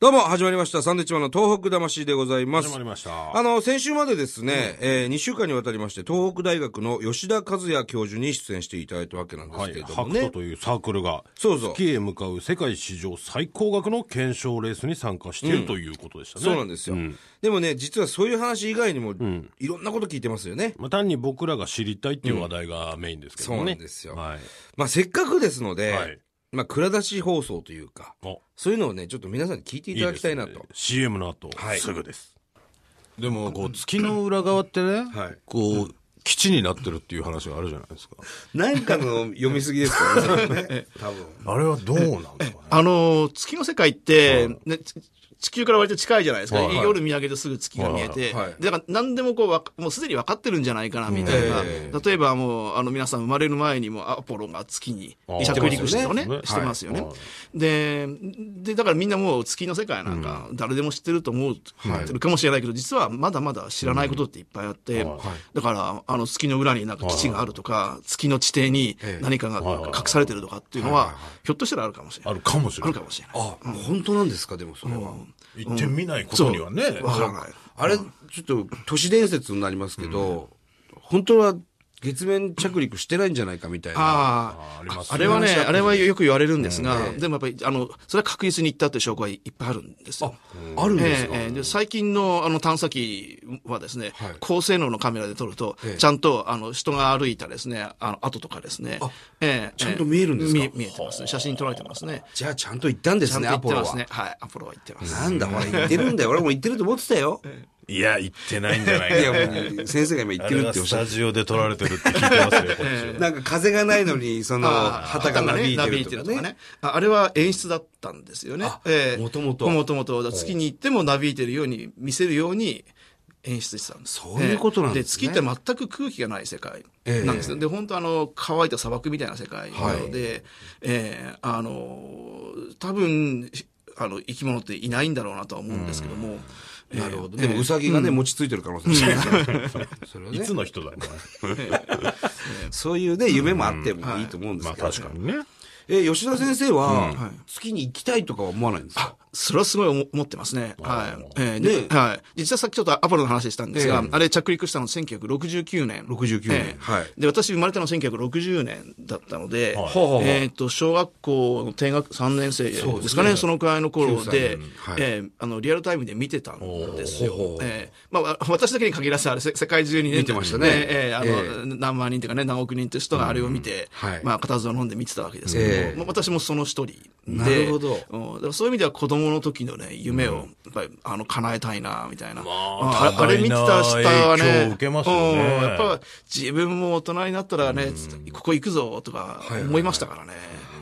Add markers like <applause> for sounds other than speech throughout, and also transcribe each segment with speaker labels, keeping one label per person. Speaker 1: どうも、始まりました。サンドイッチマンの東北魂でございます
Speaker 2: 始ま。りました。
Speaker 1: あの、先週までですね、え2週間にわたりまして、東北大学の吉田和也教授に出演していただいたわけなんです
Speaker 2: は
Speaker 1: け
Speaker 2: い、
Speaker 1: れど
Speaker 2: ハ
Speaker 1: も
Speaker 2: ク
Speaker 1: ね。
Speaker 2: トというサークルが、
Speaker 1: そうそう
Speaker 2: 月へ向かう世界史上最高額の検証レースに参加している、ということでしたね。
Speaker 1: そうなんですよ、でもね、実はそういう話以外にも、いろんなこと聞いてますよね。
Speaker 2: まあ、単に僕らが知りたいっていう話題がメインですけど
Speaker 1: そ
Speaker 2: ね。
Speaker 1: うなんですよ。
Speaker 2: はい。
Speaker 1: まあ、せっかくですので、
Speaker 2: はい
Speaker 1: まあ、蔵出し放送というか、
Speaker 2: お
Speaker 1: そういうのをね、ちょっと皆さんに聞いていただきたいな
Speaker 2: で
Speaker 1: と。
Speaker 2: すね CM の後、
Speaker 1: はい
Speaker 2: すぐです。
Speaker 3: でもこう月の裏側ってね、
Speaker 1: はい
Speaker 3: こう基地になってるっていう話があるじゃないですか
Speaker 1: なんかの読みすぎですからね、多分。
Speaker 3: あれはどうなんですかね
Speaker 4: あの、月の世界って、ね、つ地球から割と近いじゃないですか。
Speaker 3: はい
Speaker 4: 夜見上げてすぐ月が見え
Speaker 1: はい
Speaker 4: て。
Speaker 1: はいはい
Speaker 4: でだから何でもこうわか、もうすでに分かってるんじゃないかな、みたいな。
Speaker 1: え
Speaker 4: 例えばもう、あの皆さん生まれる前にもアポロが月に
Speaker 2: ああ
Speaker 4: 着陸して
Speaker 2: してますよね
Speaker 4: してますよね
Speaker 2: はい。
Speaker 4: で、で、だからみんなもう月の世界なんか誰でも知ってると思う、思ってるかもしれないけど、実はまだまだ知らないことっていっぱいあって、だから、あの月の裏になんか基地があるとか、月の地底に何かが隠されてるとかっていうのは、ひょっとしたらあるかもしれな
Speaker 3: あ。
Speaker 4: い
Speaker 3: るかもし
Speaker 4: あ
Speaker 3: れな
Speaker 4: るか
Speaker 3: い
Speaker 4: もしれない。
Speaker 1: あ、本当なんですか、でもそれは。
Speaker 3: 行ってみないことにはね、
Speaker 4: わからない。
Speaker 1: あれ、ちょっと都市伝説になりますけど、本当は月面着陸してないんじゃないかみたいな。
Speaker 4: あ
Speaker 3: ありま
Speaker 4: あ、あ
Speaker 3: す
Speaker 4: れはね、あれはよく言われるんですが、でもやっぱり、あの、それは確実に言ったという証拠はいっぱいあるんですよ。
Speaker 1: あるんです
Speaker 4: え
Speaker 1: か、
Speaker 4: えええで最近のあの探査機はですね、
Speaker 1: はい
Speaker 4: 高性能のカメラで撮ると、
Speaker 1: ええ
Speaker 4: ちゃんとあの人が歩いたですね、あの跡とかですね、ええ
Speaker 1: ちゃんと見えるんですか
Speaker 4: 見見えてますね。写真撮られてますね。
Speaker 1: じゃあちゃんと行ったんで
Speaker 4: ちゃ
Speaker 1: す
Speaker 4: ん
Speaker 1: ね、
Speaker 4: と行
Speaker 1: ア
Speaker 4: って
Speaker 1: ポロ
Speaker 4: ま
Speaker 1: は
Speaker 4: す。ね。はい、アポロは行ってます。
Speaker 1: なんだ、ほら、行ってるんだよ。俺も行ってると思ってたよ。
Speaker 3: いや行ってないんじゃな
Speaker 1: い
Speaker 3: いか
Speaker 1: や、もう先生が今行ってるっておっしゃっ
Speaker 3: ジオで撮られてるって聞い
Speaker 1: <laughs>
Speaker 3: てますよ、こっち
Speaker 1: て。なんか風がないのに、その、
Speaker 4: あー
Speaker 1: 旗がなびいてるとか
Speaker 4: なびいて
Speaker 1: ね。
Speaker 4: ああれは演出だったんですよね
Speaker 1: あ。
Speaker 4: も
Speaker 1: 元
Speaker 4: と
Speaker 1: 々
Speaker 4: もと。もともと。月に行ってもなびいてるように、見せるように演出してたんです。
Speaker 1: そういうことなんですね
Speaker 4: ええで、月って全く空気がない世界なんですよ。で、本当あの、乾いた砂漠みたいな世界なので、ええあの、多分、あの、生き物っていないんだろうなとは思うんですけども。
Speaker 1: なるほど。でも、ウサギがね、持ちついてる可能性もありますからそれはね
Speaker 3: いつの人だろうね
Speaker 1: そういうね、夢もあってもいいと思うんです
Speaker 3: まあ
Speaker 1: けど。
Speaker 3: 確かにね
Speaker 1: え、吉田先生は、月に行きたいとかは思わないんですか
Speaker 4: それはすごい思思ってますね。はい。えー
Speaker 1: ね
Speaker 4: で、はい。実はさっきちょっとアポロの話したんですが、あれ着陸したの1969年。
Speaker 1: 69年
Speaker 4: ええ
Speaker 1: はい
Speaker 4: で、私生まれたの1960年だったので、
Speaker 1: ほうほうほう
Speaker 4: えっと、小学校の低学3年生
Speaker 1: そうで
Speaker 4: ですす
Speaker 1: ね
Speaker 4: かね、そのくらいの頃
Speaker 1: 9歳
Speaker 4: で
Speaker 1: うんはい、
Speaker 4: えーあの、リアルタイムで見てたんですよ
Speaker 1: ほうほう。
Speaker 4: えーまあ、わ <laughs> 私だけに限らず、あれ、せ世界中にね、
Speaker 1: 見てましたね
Speaker 4: えーあの
Speaker 1: ええ
Speaker 4: 何万人というかね、何億人という人があれを見て、
Speaker 1: はい
Speaker 4: まあ、固唾を飲んで見てたわけです
Speaker 1: え
Speaker 4: け
Speaker 1: え
Speaker 4: ども、まあ私もその一人で、
Speaker 1: なるほど
Speaker 4: うんだからそういう意味では子供の時のね、夢を、やっぱり、あの、叶えたいな、みたいな。ああれ見てた下
Speaker 3: 多大な
Speaker 4: は
Speaker 3: 影
Speaker 4: ね
Speaker 3: 響を、受けますよね
Speaker 4: うんやっぱ、自分も大人になったらね、ここ行くぞ、とか思いましたからね。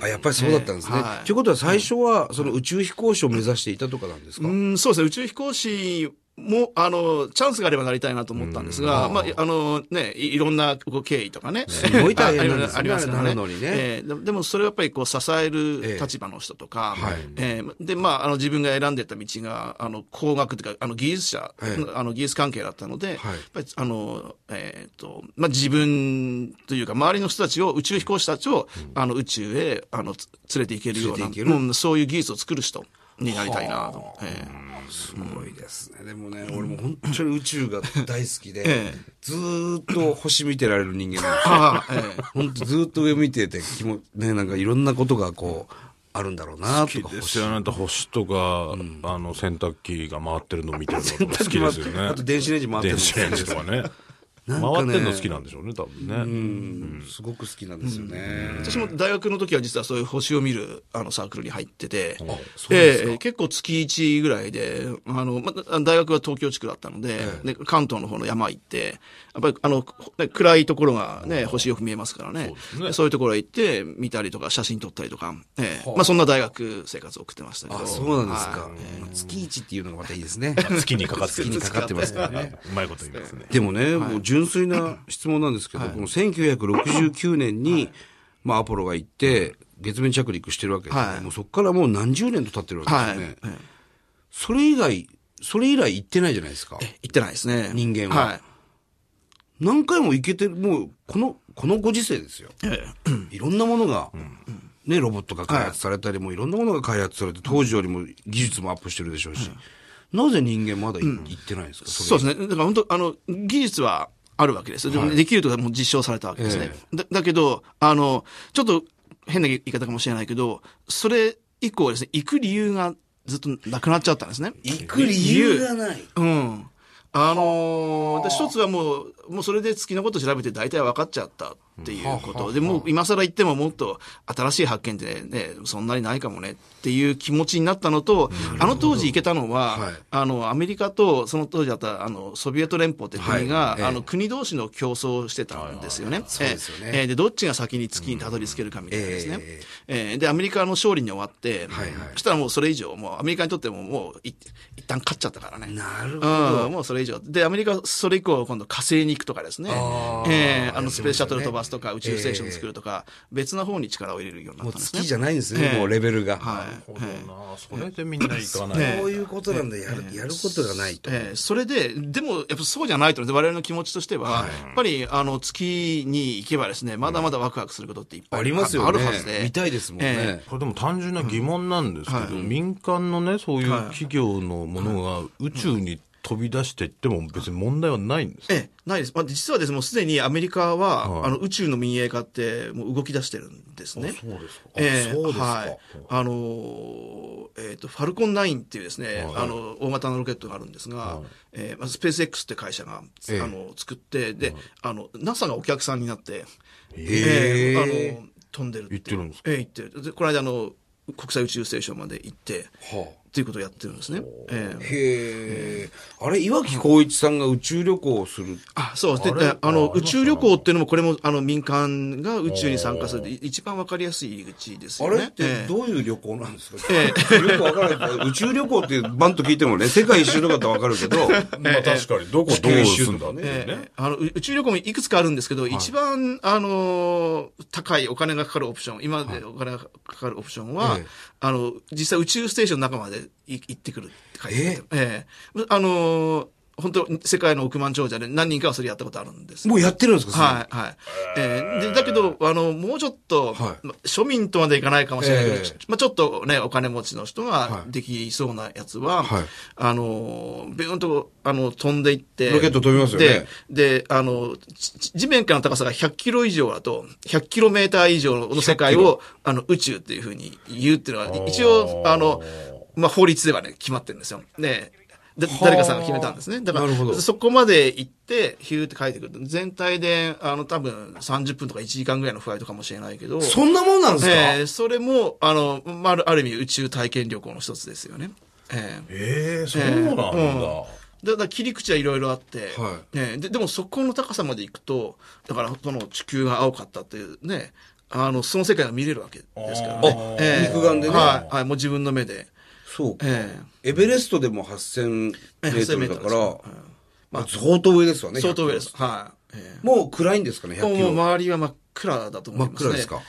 Speaker 1: あ、やっぱりそうだったんですね。
Speaker 4: ええはい
Speaker 1: ということは最初は、その宇宙飛行士を目指していたとかなんですか、
Speaker 4: うん、そうですね、宇宙飛行士も、あの、チャンスがあればなりたいなと思ったんですが、まあ、あの、ね、いいろんなご経緯とかね。す
Speaker 1: ごい大変なんですね
Speaker 4: <laughs> ありますから
Speaker 1: あれ
Speaker 4: ね。
Speaker 1: なるのにね
Speaker 4: えーででも、それはやっぱりこう、支え
Speaker 1: ええ
Speaker 4: る立場の人とか、
Speaker 1: はい
Speaker 4: えーで、まあ、あの、自分が選んでた道が、あの、工学というか、あの、技術者、
Speaker 1: ええ
Speaker 4: あの、技術関係だったので、
Speaker 1: はい
Speaker 4: やっぱり、あの、えっ、と、まあ、自分というか、周りの人たちを、宇宙飛行士たちを、あの、宇宙へ、あの、つ連れて行けるような、
Speaker 1: 連れて行ける
Speaker 4: うんそういう技術を作る人になりたいなと。ええ
Speaker 1: すごいですね。でもね、俺も本当に宇宙が大好 <laughs> きで、
Speaker 4: ええ
Speaker 1: ずーっと星見てられる人間なんです <laughs> よ。
Speaker 4: ああ、ええ。
Speaker 1: 本当ずーっと上見てて、気も、ね、なんかいろんなことがこう、あるんだろうなとか。
Speaker 3: ですよあなた星とか、あの洗濯機が回ってるの見てるのとか好き
Speaker 1: もあ
Speaker 3: で
Speaker 1: っ
Speaker 3: す
Speaker 1: て
Speaker 3: よね
Speaker 1: あと電子レンジ回ってる
Speaker 3: 電
Speaker 1: の
Speaker 3: 子レンジとかね
Speaker 1: んかね
Speaker 3: 回ってるの好きなんでしょうね多分ね、
Speaker 1: うん、すごく好きなんですよね。
Speaker 4: 私も大学の時は実はそういう星を見るあのサークルに入ってて、
Speaker 1: そうで
Speaker 4: え
Speaker 1: すか
Speaker 4: え結構月1ぐらいで、あの、ま、大学は東京地区だったので、で関東の方の山行って、やっぱりあの、ね暗いところがね、星よく見えますからね。
Speaker 3: そうで
Speaker 4: そう
Speaker 3: すね
Speaker 4: いうところへ行って、見たりとか写真撮ったりとか、ええまあそんな大学生活を送ってましたけど。
Speaker 1: あ、そうなんですか。
Speaker 4: はい
Speaker 1: まあ月一っていうのがまたいいですね。
Speaker 3: 月にかかって
Speaker 1: 月
Speaker 3: る
Speaker 1: にかかってますからね。
Speaker 3: うまいこと言いますね
Speaker 1: でもね、もう純粋な質問なんですけど、この1969年に、まあ、アポロが行って、月面着陸してるわけです、ね
Speaker 4: はい
Speaker 1: もうそこからもう何十年と経ってるわけですよ
Speaker 4: はい。
Speaker 1: ね。
Speaker 4: ええ
Speaker 1: それ以外、それ以来行ってないじゃないですか。
Speaker 4: 行ってないですね。
Speaker 1: 人間は
Speaker 4: はい。
Speaker 1: 何回も行けてる、もう、この、このご時世ですよ。
Speaker 4: ええ
Speaker 1: いろんなものが、ね、ロボットが開発されたり、もういろんなものが開発されて、当時よりも技術もアップしてるでしょうし、なぜ人間まだい行ってないんですか、
Speaker 4: そう
Speaker 1: れ
Speaker 4: ですね。だから本当、あの、技術はあるわけです。でできるとかもう実証されたわけですね。だだけど、あの、ちょっと変な言い方かもしれないけど、それ以降ですね、行く理由がずっとなくなっちゃったんですね。
Speaker 1: 行く理由がない。
Speaker 4: うん。あのーで一つはもう、もうそれで月のこと調べて大体分かっちゃったっていうこと。で、もう今更言ってももっと新しい発見でね、そんなにないかもねっていう気持ちになったのと、あの当時行けたのは、
Speaker 1: はい
Speaker 4: あの、アメリカとその当時だったあの、ソビエト連邦って国が、
Speaker 1: はいええ
Speaker 4: あの、国同士の競争をしてたんですよね。
Speaker 1: そうですよね
Speaker 4: ええええで、どっちが先に月にたどり着けるかみたいなですね。
Speaker 1: うん
Speaker 4: ええで、アメリカの勝利に終わって、
Speaker 1: はいはい
Speaker 4: そしたらもうそれ以上、もうアメリカにとってももうい一旦勝っちゃったからね。
Speaker 1: なるほ
Speaker 4: うん、もうそれ以上。で、アメリカはそれ以降、今度火星に行くとかですね。
Speaker 1: あー
Speaker 4: え
Speaker 1: やっ
Speaker 4: えあ
Speaker 1: てま
Speaker 4: の、
Speaker 1: したね
Speaker 4: スペースシャトル飛ばすとか、宇宙ステーション作るとか、別な方に力を入れるようにな
Speaker 1: もう
Speaker 4: ったんですね。
Speaker 1: 月じゃないんですね、
Speaker 4: ええ
Speaker 1: もうレベルが。
Speaker 4: はい。
Speaker 2: ほどなそれでみんな行かない、
Speaker 1: こういうことなんだ、やる、やることがないと。
Speaker 4: ええそれで、でも、やっぱそうじゃないと思うんです、我々の気持ちとしては、やっぱり、あの、月に行けばですね、まだまだワクワクすることっていっぱい
Speaker 1: ありますよね。
Speaker 4: あるはずで。
Speaker 1: 見たいですもん
Speaker 4: え
Speaker 1: ね。
Speaker 3: これでも単純な疑問なんですけど、
Speaker 4: うんは
Speaker 3: 民間のねそういう
Speaker 4: はい
Speaker 3: 企業のものが宇宙に飛び出していっても別に問題はないんです
Speaker 4: ええ、ないです。まあ、実はですね、もうすでにアメリカは、あの、宇宙の民営化って、もう動き出してるんですね。そうですか。ええ
Speaker 1: そうですか
Speaker 4: はい。あのーえっ、と、ファルコン9っていうですね、あの、大型のロケットがあるんですが、ええまあ、スペース X って会社が、
Speaker 1: ええ
Speaker 4: あの、作って、で、あの、NASA がお客さんになって、
Speaker 1: ええ
Speaker 4: あの、飛んでるっていう
Speaker 3: 行ってるんですか
Speaker 4: ええ、行ってる。で、この間、あの、国際宇宙ステーションまで行って、
Speaker 1: はあ
Speaker 4: っていうことをやってるんですね。ええ
Speaker 1: へえ。あれ、岩城光一さんが宇宙旅行をする。
Speaker 4: あ、そうですね。あの、宇宙旅行っていうのも、これも、あの、民間が宇宙に参加する、い一番わかりやすい入り口です
Speaker 1: あ
Speaker 4: よね。
Speaker 1: れって
Speaker 4: ええ
Speaker 1: どういう旅行なんですか、よくわからないけど宇宙旅行ってバンと聞いてもね、世界一周とかってわかるけど、
Speaker 3: まあ確かにどこどうすんだってい
Speaker 4: え
Speaker 3: う
Speaker 4: え
Speaker 3: ね。
Speaker 4: あのう宇宙旅行もいくつかあるんですけど、一番、あのー高いお金がかかるオプション、今までお金がかかるオプションは、
Speaker 1: ええ
Speaker 4: あの、実際宇宙ステーションの中までい行ってくるって書いてある
Speaker 1: え
Speaker 4: ええあのー本当世界の億万長者で何人かはそれやったことあるんですよ
Speaker 1: もうやってるんですか
Speaker 4: はい、はい。えーで、だけど、あの、もうちょっと、
Speaker 1: はい
Speaker 4: ま庶民とまでいかないかもしれないけど、
Speaker 1: ええ
Speaker 4: ちまあ、ちょっとね、お金持ちの人が
Speaker 1: はい
Speaker 4: できそうなやつは、
Speaker 1: はい
Speaker 4: あの、ビューンと、あの、飛んでいって、
Speaker 1: ロケット飛びますよね
Speaker 4: で、で、あの、ち地面からの高さが100キロ以上だと、100キロメーター以上の世界を、あの、宇宙っていうふうに言うっていうのは、一応、あの、まあ、法律ではね、決まってるんですよ。ね。で誰かさんが決めたんですね。だから
Speaker 1: なるほど
Speaker 4: そこまで行って、ヒューって帰ってくると、全体で、あの、多分30分とか1時間ぐらいのフライトかもしれないけど、
Speaker 1: そんなもんなんですか、
Speaker 4: えーそれも、あの、まあ、あるある意味宇宙体験旅行の一つですよね。えー
Speaker 3: ええそうなんだ、
Speaker 4: だだから切り口はいろいろあって、
Speaker 1: は
Speaker 4: ね、ででもそこの高さまで行くとだからその地球が青かったっていうねあのその世界が見れるわけですからね
Speaker 1: あ、肉眼でね
Speaker 4: はい、はい、もう自分の目で、
Speaker 1: そうか、
Speaker 4: え
Speaker 1: エベレストでも8000メートルだか
Speaker 4: 8000
Speaker 1: ら、
Speaker 4: メートルです
Speaker 1: まあ、相当上ですわね。
Speaker 4: え相当上です
Speaker 1: 100キ
Speaker 4: はい、え
Speaker 1: ロ。もう暗いんですかね、
Speaker 4: え
Speaker 1: 100キ
Speaker 4: もう
Speaker 1: ロ。
Speaker 4: 周りは真っ暗だと思います
Speaker 1: 真っ
Speaker 4: ね
Speaker 1: 暗ですか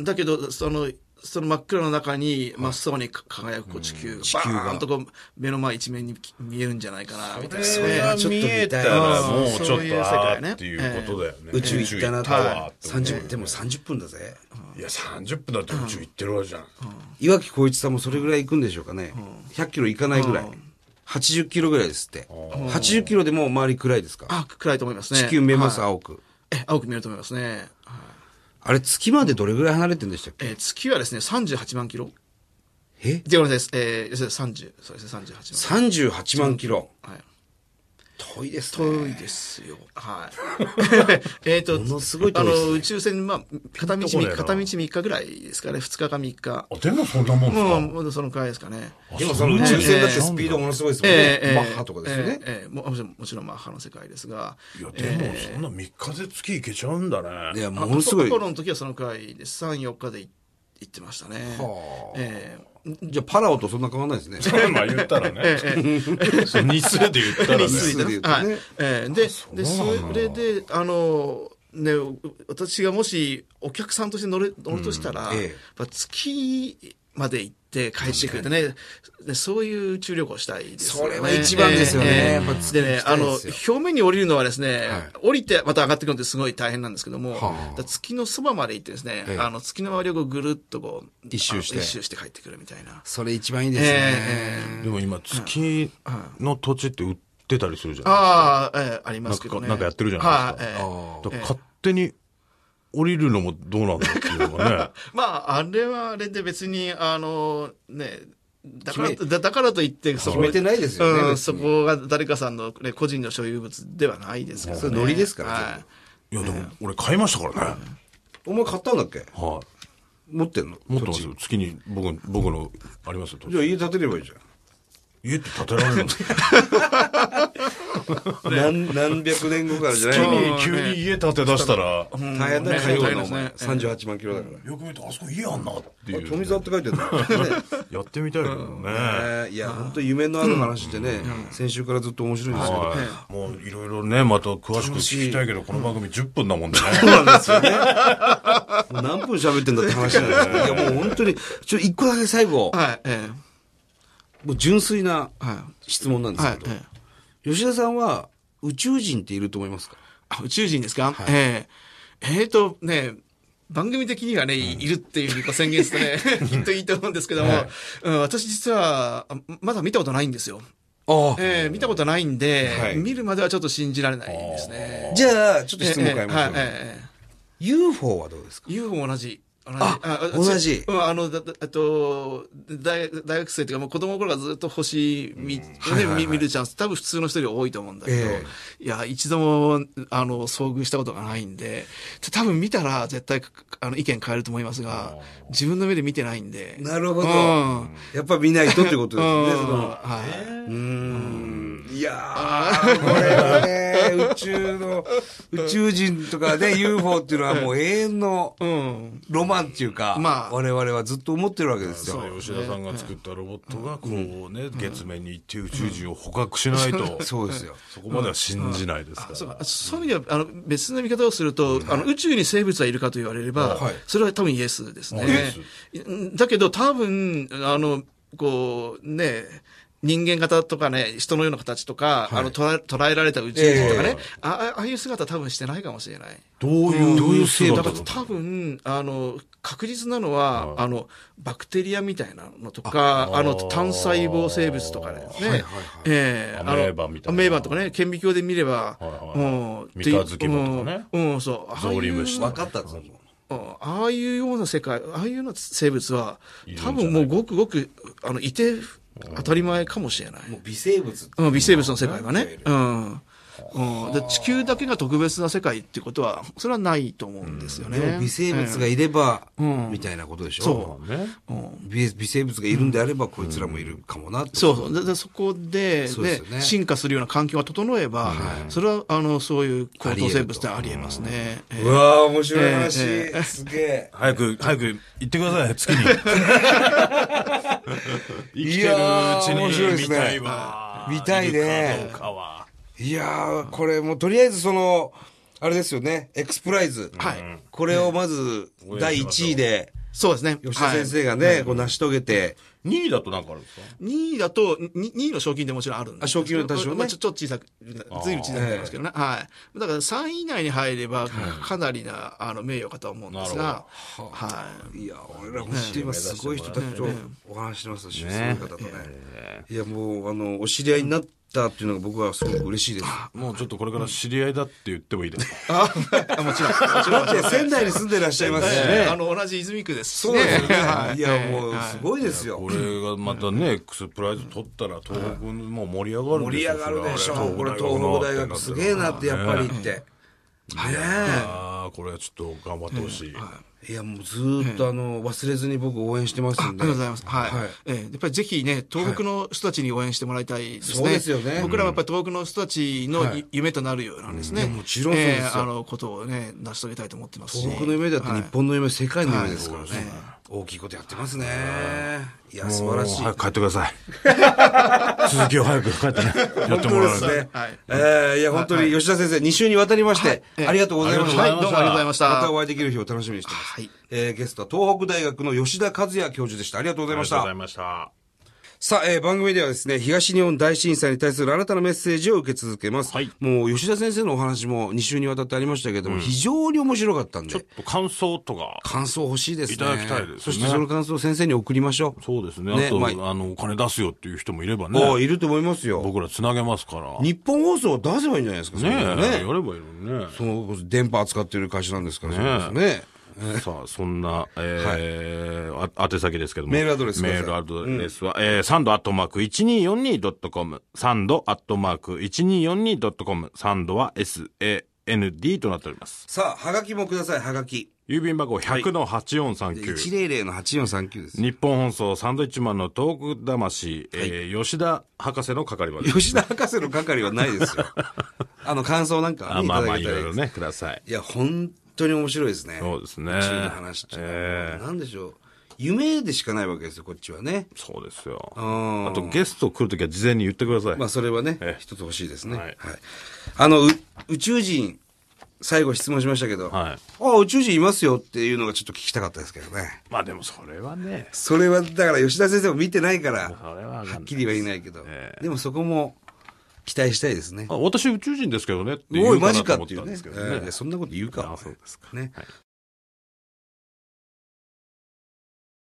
Speaker 4: だけどそのその真っ暗の中に真っ青に輝くこう地球が
Speaker 1: 地球が
Speaker 4: バーンとこう目の前一面に見えるんじゃないかなみたいな
Speaker 1: そ
Speaker 4: ね
Speaker 1: れはちょっと見
Speaker 3: 見
Speaker 1: たい
Speaker 3: え
Speaker 1: な
Speaker 3: たら
Speaker 4: うん
Speaker 3: もうちょっ
Speaker 4: そう
Speaker 3: と
Speaker 4: いう世
Speaker 3: あ
Speaker 4: 界ね
Speaker 3: ーっていうことだよね。
Speaker 1: 宇宙行ったなと
Speaker 3: 宇宙行ったわ
Speaker 1: は
Speaker 3: っ。て思う
Speaker 1: 30でも30分だぜ。
Speaker 3: いや30分だって宇宙行ってるわけじゃん。
Speaker 1: 岩城光一さんもそれぐらい行くんでしょうかね。100キロ行かないぐらい。80キロぐらいですって。80キロでもう周り暗いですか
Speaker 4: あ暗いと思いますね
Speaker 1: 地球見えます、
Speaker 4: はい
Speaker 1: 青く。
Speaker 4: え青く見えると思いますね、はい
Speaker 1: あれ、月までどれぐらい離れてるんでしたっけ
Speaker 4: えー月はですね、38万キロ。
Speaker 1: え
Speaker 4: で、ごめんなさい、えー、要するに30、そうですね、38
Speaker 1: ?38 万キロ。
Speaker 4: 万。はい。
Speaker 1: 遠いですね。
Speaker 4: 遠いですよ。はい。 <laughs> えっと、
Speaker 1: ものすごい遠
Speaker 4: あ
Speaker 1: いですね
Speaker 4: の、宇宙船、まあ、片道
Speaker 3: ピンとこねえな
Speaker 4: 3日、片道3日ぐらいですかね、2日か3日。
Speaker 3: あでもそんなもんです
Speaker 4: も
Speaker 3: か。
Speaker 4: う、もうそのくらいですかね。
Speaker 1: でもその宇宙船だってスピードものすごいですもんね。
Speaker 4: えー
Speaker 1: マッハとかですよね。
Speaker 4: えーえーももちろん、もちろんマッハの世界ですが。
Speaker 3: いやでもそんな3日で月行けちゃうんだね。
Speaker 1: いや、
Speaker 4: あ
Speaker 1: ものすごい
Speaker 4: コ。ロの時はそのくらいです。3、4日でい行ってましたね。
Speaker 1: はあ
Speaker 4: えー
Speaker 1: じゃあ、パラオとそんな変わらないですね。
Speaker 4: <laughs>
Speaker 3: まあ言ったらね。そう日数で言ったらね。
Speaker 4: 日数で
Speaker 1: 日数で言う
Speaker 4: ね
Speaker 1: と
Speaker 4: はい
Speaker 1: ね
Speaker 4: えーででそれであのねう私がもしお客さんとして乗れ乗るとしたら、
Speaker 1: うんええ
Speaker 4: やっぱ月まで行って帰ってくるってね、でそういう宇宙旅行したいですよね。
Speaker 1: それは一番ですよねやっぱ
Speaker 4: でね、あの、
Speaker 1: 行きたいです
Speaker 4: 表面に降りるのはですね、
Speaker 1: は
Speaker 4: 降りてまた上がってくるのってすごい大変なんですけども、
Speaker 1: はあ
Speaker 4: だから月のそばまで行ってですね、
Speaker 1: ええ
Speaker 4: あの月の周りをこうぐるっとこう、
Speaker 1: 一周して
Speaker 4: あの一周して帰ってくるみたいな。
Speaker 1: それ一番いいですね。
Speaker 3: でも今、月の土地って売ってたりするじゃない
Speaker 4: ああ、ええありますけどね。
Speaker 3: なんかなんかやってるじゃないです
Speaker 4: は
Speaker 3: です
Speaker 4: い、ええ
Speaker 3: か。だから勝手に降りるのもどうなんだっていうのが <laughs> ね。
Speaker 4: まあ、あれはあれで別に、あの、ね、だから、
Speaker 1: 決
Speaker 4: だだからといって、そこ
Speaker 1: 決めてないですよね
Speaker 4: う
Speaker 1: 別
Speaker 4: ん、
Speaker 1: に
Speaker 4: そこが誰かさんの、ね、個人の所有物ではないですから、ね。
Speaker 1: それノリですから
Speaker 4: はい。
Speaker 3: いや、でも俺買いましたからね。
Speaker 1: お前買ったんだっけ
Speaker 3: は
Speaker 1: 持ってんの
Speaker 3: い。持ってますよ。月に僕、僕のありますよ。土地
Speaker 1: じゃあ家建てればいいじゃん。
Speaker 3: 家って建てられるんですか
Speaker 1: 何何百年後からじゃない
Speaker 3: 月
Speaker 1: の
Speaker 3: に <laughs> 急に家建て出したら、よ
Speaker 1: 大変だよ、
Speaker 4: ね
Speaker 1: 火曜
Speaker 4: 大変
Speaker 1: の
Speaker 4: で
Speaker 1: お
Speaker 4: すね
Speaker 1: 前。38万キロだから。
Speaker 3: く見るとあそこ家あんなっていう。
Speaker 1: 富沢って書いてるんだ
Speaker 3: やってみたいけどね。
Speaker 1: ね。いや、本当夢のある話ってね、先週からずっと面白いんですけど。
Speaker 3: はい。もういろいろね、また詳しく聞きたいけど、この番組10分だもんね。 <laughs>
Speaker 1: そうなんですよ <laughs> ね。もう何分喋ってんだって話なんですけど。いや、もう本当に、ちょ、一個だけ最後、
Speaker 4: はい、え
Speaker 1: もう純粋な
Speaker 4: えはい。
Speaker 1: 質問なんで
Speaker 4: は
Speaker 1: す
Speaker 4: い
Speaker 1: け、
Speaker 4: え
Speaker 1: ど、
Speaker 4: え
Speaker 1: 吉田さんは宇宙人っていると思いますか
Speaker 4: あ宇宙人ですか、えええーとね、番組的にはね、いいるっていうふうにこう宣言する
Speaker 1: <laughs>
Speaker 4: とね、きっといいと思うんですけども、うん、私実は、あまだ見たことないんですよ。
Speaker 1: あ
Speaker 4: ええ見たことないんで、
Speaker 1: はい
Speaker 4: 見るまではちょっと信じられないですね。
Speaker 1: じゃあ、ちょっと質問変えましょう
Speaker 4: ええ
Speaker 1: ね。
Speaker 4: はいええ
Speaker 1: UFO はどうですか
Speaker 4: UFO も同じ。同じ。
Speaker 1: あ同じ
Speaker 4: うん、あの、だだえっと、大学大学生というか、もう子供の頃からずっと星見、ね
Speaker 1: はいはいはい
Speaker 4: 見見るチャンス、多分普通の人より多いと思うんだけど、
Speaker 1: え
Speaker 4: いや、一度も、あの、遭遇したことがないんで、多分見たら絶対、あの、意見変えると思いますが、自分の目で見てないんで。
Speaker 1: なるほど
Speaker 4: うん。
Speaker 1: やっぱ見ないとってことです
Speaker 4: うん
Speaker 1: よね。その
Speaker 4: は
Speaker 1: うーんいやー、これはね、宇宙の、宇宙人とかね、UFO っていうのはもう永遠の
Speaker 4: い。うん。
Speaker 1: ロマンっていうか、
Speaker 4: まあ
Speaker 1: 我々はずっと思ってるわけですよ。
Speaker 3: 吉田さんが作ったロボットがこうね、月面に行って宇宙人を捕獲しないと、 <laughs> そ
Speaker 1: そうですよ。
Speaker 3: こまでは信じないですか
Speaker 4: そう
Speaker 3: ら。
Speaker 4: かそういう意味では、あの、別の見方をすると、あの、宇宙に生物はいるかと言われれば、
Speaker 1: はい
Speaker 4: それは多分イエスですね
Speaker 3: イエ。
Speaker 4: うんだけど多分、あの、こう、ね、人間型とかね、人のような形とか、あの、捉え捉えられた宇宙人とかね、ああああいう姿多分してないかもしれない。
Speaker 3: どういう、どういう制度
Speaker 4: だ
Speaker 3: だ
Speaker 4: か
Speaker 3: と
Speaker 4: ら多分、あの、確実なのは、あの、バクテリアみたいなのとか、あの、単細胞生物とかね。ねええ
Speaker 3: アメーバみたいな
Speaker 4: あのアメーバとかね、顕微鏡で見れば、
Speaker 3: はいはい
Speaker 4: うんっ
Speaker 3: 三
Speaker 4: て
Speaker 3: 日月もとかね
Speaker 4: うん、うんそう。ああいう
Speaker 3: ゾウリムシと
Speaker 1: 分かったんですよ。
Speaker 4: うんああいうような世界、ああいうような生物は、多
Speaker 3: るんじゃない
Speaker 4: 分もうごくごく、あの、いて当たり前かもしれない。
Speaker 1: もう微生物って
Speaker 4: うん、微生物の世界がね。うん。うん、で地球だけが特別な世界ってことは、それはないと思うんですよね。
Speaker 1: でも微生物がいれば、みたいなことでしょ。
Speaker 4: そう
Speaker 3: ね。
Speaker 1: 微微生物がいるんであれば、こいつらもいるかもなって
Speaker 4: そうそう。ででそこで
Speaker 1: そうですよね
Speaker 4: ね進化するような環境が整えば、それは、あの、そういう高等生物ってありえますね。ええ
Speaker 1: うわー、面白い話。
Speaker 4: え
Speaker 1: すげえ。
Speaker 3: 早く、早く行ってください、月に。生きてるうちに見たいわ。
Speaker 1: いやー面白いですね見たいね
Speaker 3: るかどうかは。
Speaker 1: いやー、これもうとりあえずその、あれですよね、エクスプライズ。
Speaker 4: はい
Speaker 1: これをまず、第1位で、
Speaker 4: そうですね。
Speaker 1: 吉田先
Speaker 4: は
Speaker 1: 生がね、こう成し遂げて、
Speaker 3: 2位だとなんかあるんですか
Speaker 4: い、2位だと、に2位の賞金でもちろんあるんですけど
Speaker 1: あ賞金は多少ね
Speaker 4: まあちょちょっと小さく、ずいぶん小さくなりますけどね。はい。だから3位以内に入れば、かなりな、あの、名誉かと思うんですが、はい。
Speaker 1: いや、俺ら本当に今すごい人たちとお話してますし、すごい方とね。いや、もう、あの、お知り合いになったっていうのが僕はすごく嬉し <laughs> いです。
Speaker 3: もうちょっとこれから知り合いだって言ってもいいですか
Speaker 1: <laughs>
Speaker 4: あもちろん、もちろん。
Speaker 1: だって仙台に住んでらっしゃいますしね。
Speaker 4: あの、同じ泉区ですし
Speaker 1: そうですよね
Speaker 4: は。い
Speaker 1: いや、もう、すごいですよ。
Speaker 3: これがまたね、X プライズ取ったら東北も盛り上がる
Speaker 1: 盛り上がるでしょ
Speaker 3: それは。
Speaker 1: これ、東北大学すげえなって、やっぱり言って。ねえ。
Speaker 3: ああ、これはちょっと頑張ってほしい。
Speaker 1: いや、もうずーっとあの、忘れずに僕応援してますんで。
Speaker 4: ありがとうございます。はい。
Speaker 1: はい
Speaker 4: ええやっぱりぜひね、東北の人たちに応援してもらいたいですね。
Speaker 1: そうですよね
Speaker 4: 僕らはやっぱり東北の人たちの、
Speaker 1: はい
Speaker 4: 夢となるようなんですね。
Speaker 1: うんいやもちろんそうですよ
Speaker 4: ええあの、ことをね、成し遂げたいと思ってますし。
Speaker 1: 東北の夢だって日本の夢、世界の夢ですからね。
Speaker 4: はい
Speaker 1: 大きいことやってますね。いや、素晴らしい。
Speaker 5: もう早く帰ってください。
Speaker 1: <laughs>
Speaker 5: 続きを早く帰ってね。やってもらう
Speaker 1: そうですね。
Speaker 4: はい
Speaker 1: えーいや、本当に吉田先生、2週にわたりまして、
Speaker 4: はい
Speaker 1: ありがとうございました。
Speaker 4: ありがとうございましたはいどうもありがとうございました
Speaker 1: またお会いできる日を楽しみにしてます。
Speaker 4: はい
Speaker 1: えーゲストは東北大学の吉田和也教授でした。ありがとうございました。
Speaker 5: ました。
Speaker 1: さあ、えー番組ではですね、東日本大震災に対するあなたのメッセージを受け続けます。
Speaker 3: はい
Speaker 1: もう、吉田先生のお話も2週にわたってありましたけれども、非常に面白かったんで、
Speaker 3: 感想とか。
Speaker 1: 感想欲しいですね。
Speaker 3: いただきたいですね
Speaker 1: そしてその感想を先生に送りましょう。
Speaker 3: そうですね。
Speaker 1: ね
Speaker 3: あと、
Speaker 1: ま
Speaker 3: あ、の、お金出すよっていう人もいれば
Speaker 1: おー
Speaker 3: ね。
Speaker 1: いると思いますよ。
Speaker 3: 僕ら繋げますから。ね
Speaker 1: 日本放送を出せばいいんじゃないですか、それ
Speaker 3: え、
Speaker 1: ね
Speaker 3: やればいいのにね。
Speaker 1: その電波扱ってる会社なんですから
Speaker 3: ね
Speaker 1: そうですね。
Speaker 3: さあ、そんな、えーあ宛先ですけども。
Speaker 1: メールアドレスくだ
Speaker 3: メ
Speaker 1: さい
Speaker 3: ールアドレスは、えー、サンドアットマーク 1242.com。サンドアットマーク 1242.com。サンドは SAND となっております。
Speaker 1: さあ、はがきもください、はがき。
Speaker 3: 郵便箱
Speaker 1: で
Speaker 3: 100-8439。
Speaker 1: 100の8439です。
Speaker 3: 日本放送サンドイッチマンのトーク魂、えー吉田博士の係まで。
Speaker 1: 吉田博士の係はない
Speaker 3: <laughs>
Speaker 1: ですよ。あの、感想なんかは
Speaker 3: あ
Speaker 1: ね、い
Speaker 3: まあ
Speaker 1: た
Speaker 3: まあ、
Speaker 1: だ
Speaker 3: い
Speaker 1: きた
Speaker 3: ろい
Speaker 1: いで
Speaker 3: ろ
Speaker 1: す。
Speaker 3: ね、ください。
Speaker 1: いや、本当に面白いですね。
Speaker 3: そうですね
Speaker 1: 宇宙の話っていうのは
Speaker 3: え
Speaker 1: なんでしょう。夢でしかないわけですよ、こっちはね。
Speaker 3: そうですよ。
Speaker 1: うん
Speaker 3: あと、ゲスト来るときは事前に言ってください。
Speaker 1: まあ、それはね
Speaker 3: え、え
Speaker 1: 一つ欲しいですね。
Speaker 3: は
Speaker 1: はいい。あの、う宇宙人、最後質問しましたけど、
Speaker 3: はい
Speaker 1: ああ、宇宙人いますよっていうのがちょっと聞きたかったですけどね。
Speaker 3: まあでもそれはね、
Speaker 1: それは、だから吉田先生も見てないから、
Speaker 3: それはわかんない
Speaker 1: はっきりは言えないけど、
Speaker 3: ええ
Speaker 1: でもそこも期待したいですね。
Speaker 3: あ私宇宙人ですけどねって
Speaker 1: お
Speaker 3: 言
Speaker 1: い、
Speaker 3: うか
Speaker 1: マ
Speaker 3: な
Speaker 1: ジ
Speaker 3: と
Speaker 1: か
Speaker 3: 思
Speaker 1: っ
Speaker 3: って
Speaker 1: い
Speaker 3: た
Speaker 1: うんね
Speaker 3: ですけ。ど
Speaker 1: ええい
Speaker 3: ね
Speaker 1: や。そんなこと言うか。
Speaker 3: あそうですか
Speaker 1: ね。